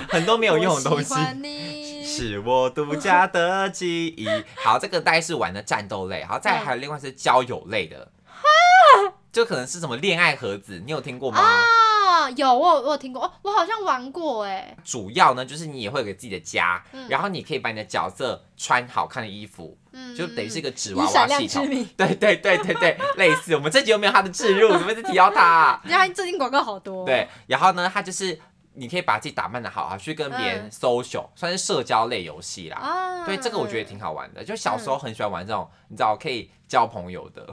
Speaker 1: 很多没
Speaker 2: 没
Speaker 1: 有用的东西。
Speaker 2: 喜欢你，
Speaker 1: 是我独家的记 忆。好，这个大概是玩的战斗类，好，再来还有另外是交友类的，就可能是什么恋爱盒子，你有听过吗？
Speaker 2: 啊，有我有我有听过哦，我好像玩过哎，
Speaker 1: 主要呢就是你也会有给自己的家，
Speaker 2: 嗯
Speaker 1: 然后你可以把你的角色穿好看的衣服，
Speaker 2: 嗯，
Speaker 1: 就等于是一个纸
Speaker 2: 以
Speaker 1: 娃娃
Speaker 2: 闪亮
Speaker 1: 系
Speaker 2: 之
Speaker 1: 统。
Speaker 2: 名。
Speaker 1: 对对对对对，类似。我们这集有没有他的置 入？怎么一直提到他啊、
Speaker 2: 你看最近广告好多，
Speaker 1: 对，，然后呢，它就是你可以把自己打扮的好好去跟别人
Speaker 2: 嗯
Speaker 1: social，、算是社交类游戏啦。
Speaker 2: 啊，
Speaker 1: 对，这个我觉得挺好玩的。就小时
Speaker 2: 嗯
Speaker 1: 候很喜欢玩这种，你知道可以交朋友的，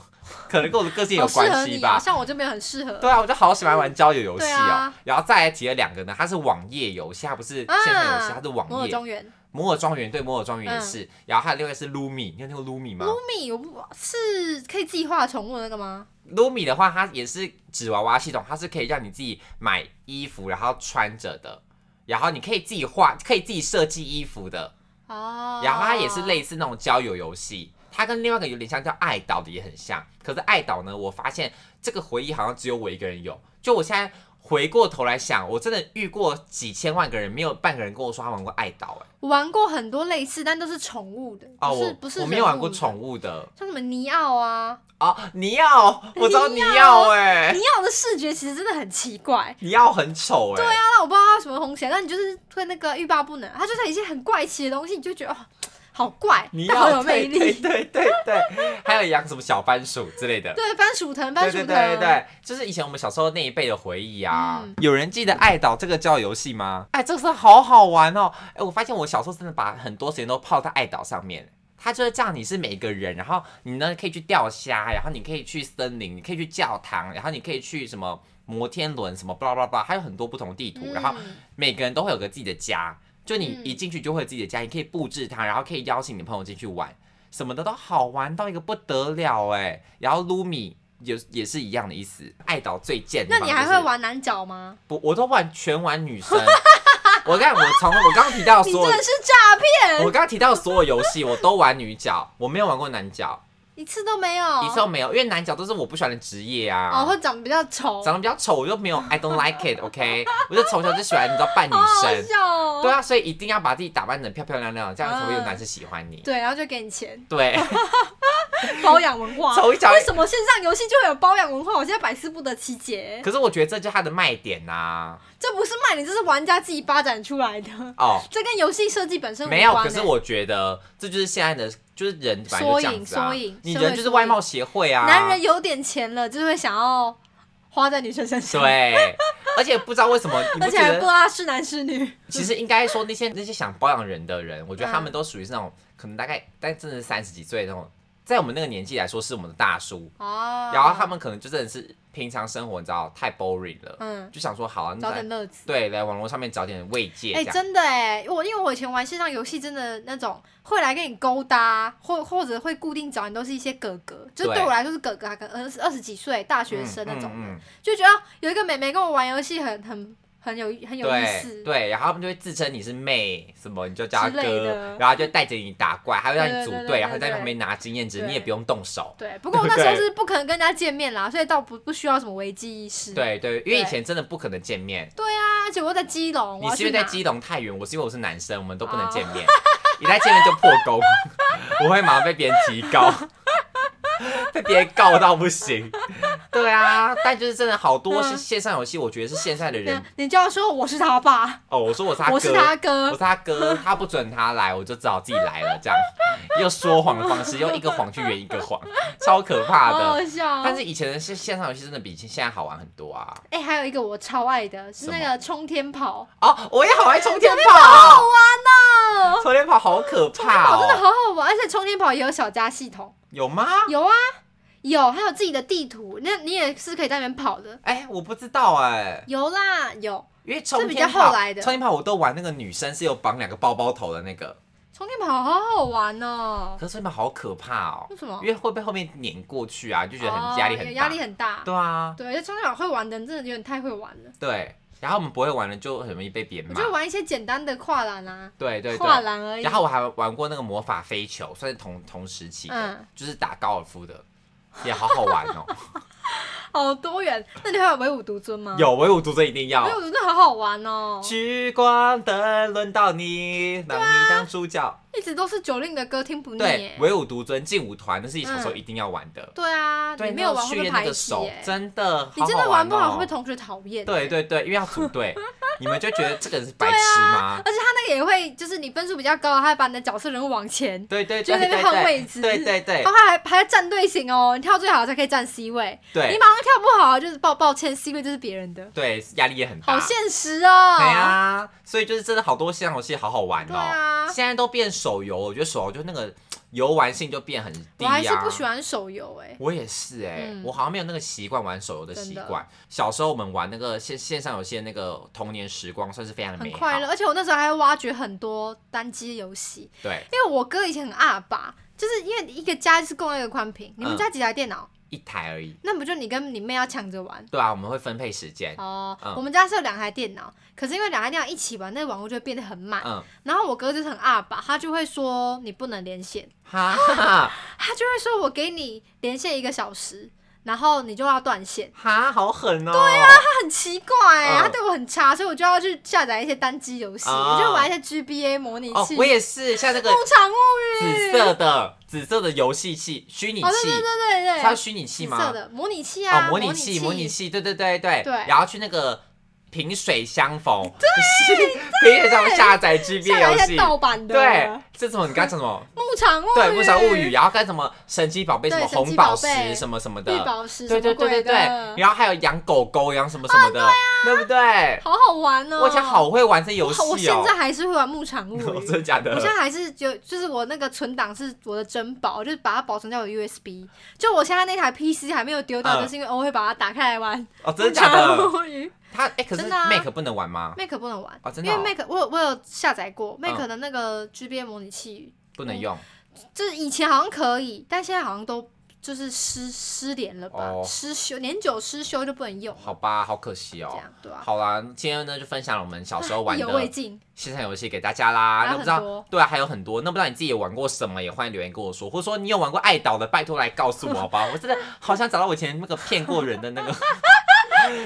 Speaker 1: 可能跟我的个性有
Speaker 2: 好适
Speaker 1: 关
Speaker 2: 合
Speaker 1: 系
Speaker 2: 你啊，
Speaker 1: 吧。
Speaker 2: 像我就没有很适合，
Speaker 1: 对啊，我就好喜欢玩交友游戏
Speaker 2: 对
Speaker 1: 哦。
Speaker 2: 啊
Speaker 1: 然后再来提了两个呢，它是网页游戏，它不是线上游戏，
Speaker 2: 啊
Speaker 1: 它是
Speaker 2: 摩
Speaker 1: 网
Speaker 2: 尔
Speaker 1: 页。
Speaker 2: 庄嗯园
Speaker 1: 摩尔庄园对，摩尔庄园也是。然后还有另外一个是 Lumi，你有听过 Lumi 吗
Speaker 2: ，Lumi 我不是可以自己画宠物的那个吗？
Speaker 1: ？Lumi 的话，它也是纸娃娃系统，它是可以让你自己买衣服，然后穿着的。然后你可以自己画，可以自己设计衣服的。
Speaker 2: 哦，
Speaker 1: 然后它也是类似那种交友游戏，它跟另外一个有点像，叫爱岛的也很像。可是爱岛呢，我发现这个回忆好像只有我一个人有。就我现在回过头来想，我真的遇过几千万个人，没有半个人跟我说他玩过爱岛、哎，
Speaker 2: 我玩过很多类似，但都是宠物的，
Speaker 1: 哦，
Speaker 2: 不是
Speaker 1: 我
Speaker 2: 不是
Speaker 1: 我没有玩过
Speaker 2: 物
Speaker 1: 宠，物的
Speaker 2: 像什么尼奥啊，
Speaker 1: 哦，尼奥，我知道尼奥，哎，
Speaker 2: 尼奥的视觉其实真的很奇怪。
Speaker 1: 尼奥很丑，哎，对啊，
Speaker 2: 那我不知道它有什么东西啊，但你就是会那个欲罢不能，它就是一些很怪奇的东西，你就觉得哦，好怪
Speaker 1: 尼，
Speaker 2: 但好
Speaker 1: 奥
Speaker 2: 有魅力。
Speaker 1: 对对对对对，还有养什么小番薯之类的，
Speaker 2: 对，番薯藤，番
Speaker 1: 对对
Speaker 2: 薯藤，
Speaker 1: 对对对，就是以前我们小时候那一辈的回忆啊。
Speaker 2: 嗯
Speaker 1: 有人记得爱岛这个叫游戏吗？哎，这个真的好好玩哦！哎，我发现我小时候真的把很多时间都泡在爱岛上面。它就是这样，你是每个人，然后你呢可以去钓虾，然后你可以去森林，你可以去教堂，然后你可以去什么摩天轮什么巴拉巴拉，还有很多不同地图，然后
Speaker 2: 嗯
Speaker 1: 每个人都会有个自己的家，就你
Speaker 2: 嗯
Speaker 1: 一进去就会有自己的家，你可以布置它，然后可以邀请你朋友进去玩，什么的都好玩到一个不得了哎、然后 Lumi 也也是一样的意思，爱岛最贱、
Speaker 2: 那你还会？玩男角吗？
Speaker 1: 不，我都玩全玩女生。我看我从我刚刚提到的
Speaker 2: 你
Speaker 1: 所
Speaker 2: 真
Speaker 1: 有
Speaker 2: 的，是诈骗，
Speaker 1: 我刚刚提到的所有游戏我都玩女角，我没有玩过男角，
Speaker 2: 一次都没有。
Speaker 1: 一次都没有，因为男角都是我不喜欢的职业啊。
Speaker 2: 哦，会长得比较丑，
Speaker 1: 长得比较丑，我就没有 I don't like it，OK，、我就从小就喜欢你知道扮女
Speaker 2: 好好
Speaker 1: 生，
Speaker 2: 笑哦。嗯
Speaker 1: 对啊，所以一定要把自己打扮的漂漂亮亮，这样才会有男生喜欢你。
Speaker 2: 对，然后就给你钱
Speaker 1: 对，
Speaker 2: 包养文 化。
Speaker 1: 丑一脚
Speaker 2: 哦为什么线上游戏就会有包养文化？我现在百思不得其解。
Speaker 1: 可是我觉得这就是它的卖点呐、
Speaker 2: 这不是卖你，这是玩家自己发展出来的，
Speaker 1: 哦，
Speaker 2: 这跟游戏设计本身无关、
Speaker 1: 没
Speaker 2: 欸。
Speaker 1: 有，可是我觉得这就是现在的，就是人本来就这样子啊
Speaker 2: 缩影缩影，
Speaker 1: 你
Speaker 2: 社
Speaker 1: 人
Speaker 2: 会
Speaker 1: 就是
Speaker 2: 缩影
Speaker 1: 外貌协会啊，
Speaker 2: 男人有点钱了，就是会想要花在女生身上，，
Speaker 1: 对，而且不知道为什么，你
Speaker 2: 而
Speaker 1: 不
Speaker 2: 且
Speaker 1: 觉
Speaker 2: 还不知
Speaker 1: 得？
Speaker 2: 道他是男是女。
Speaker 1: 其实应该说那些那些想包养人的人，我觉得他
Speaker 2: 嗯
Speaker 1: 们都属于是那种可能大概，但真的是三十几岁那种，在我们那个年纪来说是我们的大叔，
Speaker 2: 哦，
Speaker 1: 然后他们可能就真的是平常生活你知道太 boring 了，
Speaker 2: 嗯，
Speaker 1: 就想说好啊，那
Speaker 2: 找
Speaker 1: 来
Speaker 2: 点乐子。
Speaker 1: 对来网络上面找点慰藉，
Speaker 2: 哎、
Speaker 1: 这样。
Speaker 2: 真的哎，我因为我以前玩线上游戏，真的那种会来跟你勾搭，或或者会固定找你，都是一些哥哥，就
Speaker 1: 对
Speaker 2: 对我来说是哥哥，啊可能二十二十几岁大学生那种的，
Speaker 1: 嗯嗯嗯
Speaker 2: 就觉得有一个妹妹跟我玩游戏很很很有很有意
Speaker 1: 对
Speaker 2: 思，
Speaker 1: 对，然后他们就会自称你是妹什么，你就叫他
Speaker 2: 之类
Speaker 1: 哥
Speaker 2: 的，
Speaker 1: 然后就带着你打怪，还会让你
Speaker 2: 对对
Speaker 1: 组
Speaker 2: 对
Speaker 1: 队，
Speaker 2: 对
Speaker 1: 然后在
Speaker 2: 对
Speaker 1: 旁边拿经验值，
Speaker 2: 对
Speaker 1: 你也不用动手。
Speaker 2: 对不过我那时 候
Speaker 1: 对
Speaker 2: 是不可能跟人家见面啦，所以倒不不需要什么危机意识。
Speaker 1: 对对，因为以
Speaker 2: 对
Speaker 1: 前真的不可能见面，
Speaker 2: 啊，而且我在基隆，我
Speaker 1: 你
Speaker 2: 要
Speaker 1: 是因为
Speaker 2: 去
Speaker 1: 在
Speaker 2: 哪？
Speaker 1: 基隆太远，我是因为我是男生，我们都不能
Speaker 2: 哦
Speaker 1: 见面，一旦见面就破功， 我会马上被别人提告， 被别人告到不行。对啊，但就是真的好多是
Speaker 2: 嗯
Speaker 1: 线上游戏，我觉得是现在的人
Speaker 2: 那你就要说我是他爸，
Speaker 1: 哦，我说我是他哥，
Speaker 2: 我是他
Speaker 1: 我
Speaker 2: 哥
Speaker 1: 是，他哥，他不准他来，我就只好自己来了，这样用说谎的方式，用一个谎去圆一个谎，超可怕
Speaker 2: 好
Speaker 1: 的。
Speaker 2: 好笑哦。
Speaker 1: 但是以前的线线上游戏真的比现在好玩很多啊！
Speaker 2: 哎、还有一个我超爱的是
Speaker 1: 什么
Speaker 2: 那个冲天跑，
Speaker 1: 哦，我也好爱冲天跑，
Speaker 2: 哦，
Speaker 1: 冲天跑好可怕
Speaker 2: 跑真的
Speaker 1: 哦！
Speaker 2: 好好玩，而且冲天跑也有小家系统，
Speaker 1: 有吗？
Speaker 2: 有啊，有，还有自己的地图，那你也是可以在那边跑的，
Speaker 1: 哎，我不知道哎，
Speaker 2: 有啦，有
Speaker 1: 因为冲
Speaker 2: 这比
Speaker 1: 天
Speaker 2: 较
Speaker 1: 跑
Speaker 2: 后来，的
Speaker 1: 冲天跑我都玩那个女生是有绑两个包包头的那个，
Speaker 2: 冲天跑好好玩哦，
Speaker 1: 可是冲天跑好可怕哦，
Speaker 2: 为什么
Speaker 1: 因？为会被后面碾过去啊，就觉得很压力
Speaker 2: 哦
Speaker 1: 很
Speaker 2: 有
Speaker 1: 大
Speaker 2: 压。力很大，
Speaker 1: 对啊，
Speaker 2: 对，而且冲天跑会玩的人真的有点太会玩了，
Speaker 1: 对，然后我们不会玩的就很容易被别人
Speaker 2: 我
Speaker 1: 骂
Speaker 2: 就。玩一些简单的跨栏啊，
Speaker 1: 对嗯对对
Speaker 2: 跨，栏而已
Speaker 1: 然，后我还玩过那个魔法飞球，算是同同时期的，
Speaker 2: 嗯
Speaker 1: 就是打高尔夫的，也好好玩 哦。
Speaker 2: 好哦多元。那你会玩唯舞独尊吗？，
Speaker 1: 有唯我独尊一定
Speaker 2: 唯舞
Speaker 1: 要。
Speaker 2: 独尊好好玩哦，
Speaker 1: 聚光灯轮到你，让你当主角。
Speaker 2: 一直都是九令的歌，听不腻
Speaker 1: 对
Speaker 2: 耶，。
Speaker 1: 唯我独尊劲舞团，那是你小时候一定要玩的。
Speaker 2: 对啊，
Speaker 1: 对，
Speaker 2: 你没
Speaker 1: 那
Speaker 2: 有玩会
Speaker 1: 训
Speaker 2: 被
Speaker 1: 练那
Speaker 2: 排
Speaker 1: 个
Speaker 2: 挤
Speaker 1: 手
Speaker 2: 耶，
Speaker 1: 真的好
Speaker 2: 你真的
Speaker 1: 好
Speaker 2: 玩不好
Speaker 1: 哦
Speaker 2: 会被同学讨厌。
Speaker 1: 对，对对，因为要组 队，你们就觉得这个人是白痴吗？
Speaker 2: 而且他那个也会，就是你分数比较高，他会把你的角色人物往前，
Speaker 1: 对对
Speaker 2: 就
Speaker 1: 对
Speaker 2: 在那
Speaker 1: 对
Speaker 2: 边换位
Speaker 1: 对
Speaker 2: 置哦
Speaker 1: 对对对
Speaker 2: 然后还还要站队形哦，你跳最好才可以站 C 位，你
Speaker 1: 对
Speaker 2: 马上跳不好就是抱抱歉，C 位就是别人的，
Speaker 1: 对，压力也很大。
Speaker 2: 好现实哦。
Speaker 1: 对，啊，所以就是真的好多线上游戏好好玩哦。
Speaker 2: 对啊
Speaker 1: 现在都变手游，我觉得手游就那个游玩性就变很低
Speaker 2: 我
Speaker 1: 啊。
Speaker 2: 还是不喜欢手游哎，
Speaker 1: 我也是哎、
Speaker 2: 嗯
Speaker 1: 我好像没有那个习惯玩手游的习
Speaker 2: 真的
Speaker 1: 惯。小时候我们玩那个线线上游戏的那个童年时光，算是非常的
Speaker 2: 很
Speaker 1: 美好。
Speaker 2: 快乐，而且我那时候还会挖掘很多单机游戏，
Speaker 1: 对，
Speaker 2: 因为我哥以前很阿爸，就是因为一个家是共用一个宽
Speaker 1: 嗯
Speaker 2: 屏，你们家几台电脑？
Speaker 1: 一台而已。
Speaker 2: 那不就你跟你妹要抢着玩？
Speaker 1: 对啊，我们会分配时间。
Speaker 2: 哦，
Speaker 1: 嗯
Speaker 2: 我们家是有两台电脑，可是因为两台电脑一起玩，那网络就会变得很慢。
Speaker 1: 嗯，
Speaker 2: 然后我哥就是很二吧，他就会说你不能连线，
Speaker 1: 哈哈，
Speaker 2: 他就会说我给你连线一个小时，然后你就要断线，
Speaker 1: 哈，好狠哦！对啊，
Speaker 2: 他很奇怪、欸，
Speaker 1: 嗯
Speaker 2: 他对我很差，所以我就要去下载一些单机游戏，
Speaker 1: 哦
Speaker 2: 我就玩一些 GBA 模拟
Speaker 1: 哦
Speaker 2: 器，，哦
Speaker 1: 我也是，像那个
Speaker 2: 牧场物语，
Speaker 1: 紫色的紫色的游戏器虚拟器
Speaker 2: 哦，，对对对对
Speaker 1: 是
Speaker 2: 对，
Speaker 1: 它虚拟器
Speaker 2: 紫
Speaker 1: 吗？
Speaker 2: 色的模拟器啊，
Speaker 1: 哦，模拟器，模拟器，对对对对
Speaker 2: 对
Speaker 1: 然后去那个萍水相逢，对，萍水相逢下载
Speaker 2: 下
Speaker 1: GB
Speaker 2: 载一
Speaker 1: 游
Speaker 2: 些
Speaker 1: 戏，
Speaker 2: 盗版的，
Speaker 1: 对，这什么你刚才讲什么？
Speaker 2: 牧场物语，
Speaker 1: 对，牧场物语，，然后干什么神奇宝贝，什
Speaker 2: 对
Speaker 1: 么
Speaker 2: 神
Speaker 1: 红
Speaker 2: 奇
Speaker 1: 宝
Speaker 2: 宝贝
Speaker 1: 石什么什么
Speaker 2: 绿
Speaker 1: 的，
Speaker 2: 宝石，
Speaker 1: 对对
Speaker 2: 什么
Speaker 1: 对对
Speaker 2: 鬼
Speaker 1: 对
Speaker 2: 的，
Speaker 1: 然后还有养狗狗，养什么什么的，对不对？
Speaker 2: 好好玩哦，
Speaker 1: 我以前好会玩这游
Speaker 2: 我好，我
Speaker 1: 戏
Speaker 2: 现
Speaker 1: 哦
Speaker 2: 在，还是会玩牧场物语，
Speaker 1: 真的假的
Speaker 2: 我？现在还是就就是我那个存档是我的珍宝，就是把它保存在我的 USB。就我现在那台 PC 还没有丢掉，
Speaker 1: 嗯
Speaker 2: 就是因为我会把它打开来玩。
Speaker 1: 哦，真的假的？
Speaker 2: 无语
Speaker 1: 它哎，可是
Speaker 2: 真的啊
Speaker 1: Mac 不能玩吗？
Speaker 2: ？Mac 不能玩，
Speaker 1: 哦真
Speaker 2: 因
Speaker 1: 的哦嗯
Speaker 2: 为 Mac 我有我有下载过 Mac 的那个 GBA 模拟器，
Speaker 1: 不能用
Speaker 2: 就是以前好像可以，但现在好像都就是失失联了吧，
Speaker 1: 哦
Speaker 2: 失修年久失修就不能用，
Speaker 1: 好吧，好可惜
Speaker 2: 这
Speaker 1: 哦。
Speaker 2: 样对吧、啊？
Speaker 1: 好啦，今天呢就分享了我们小时候玩
Speaker 2: 意
Speaker 1: 的
Speaker 2: 犹未尽，
Speaker 1: 线上游戏给大家啦。
Speaker 2: 还
Speaker 1: 那
Speaker 2: 有
Speaker 1: 不知
Speaker 2: 很
Speaker 1: 道
Speaker 2: 多
Speaker 1: 对啊，还有很多。那不知道你自己有玩过什么，也欢迎留言跟我说，或者说你有玩过爱岛的，拜托来告诉我好 吧。我真的好想找到我以前那个骗过人的那个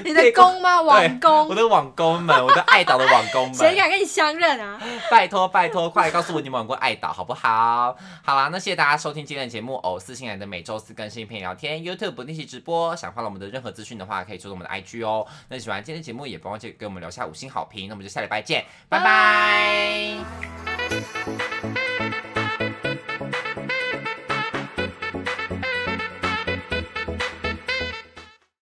Speaker 2: 你的公吗？网
Speaker 1: 我
Speaker 2: 公，
Speaker 1: 的网工们，我的爱岛的网工
Speaker 2: 谁
Speaker 1: 们，
Speaker 2: 敢跟你相认啊？
Speaker 1: 拜托拜托，快来告诉我你们玩过爱岛好不好？好啦，那谢谢大家收听今天的节目哦《偶四新来的》，每周四更新片聊天，YouTube 不定期直播。想看到我们的任何资讯的话，可以追踪我们的 IG 哦。那喜欢今天的节目，也不忘记给我们留下五星好评。那我们就下礼拜见，拜拜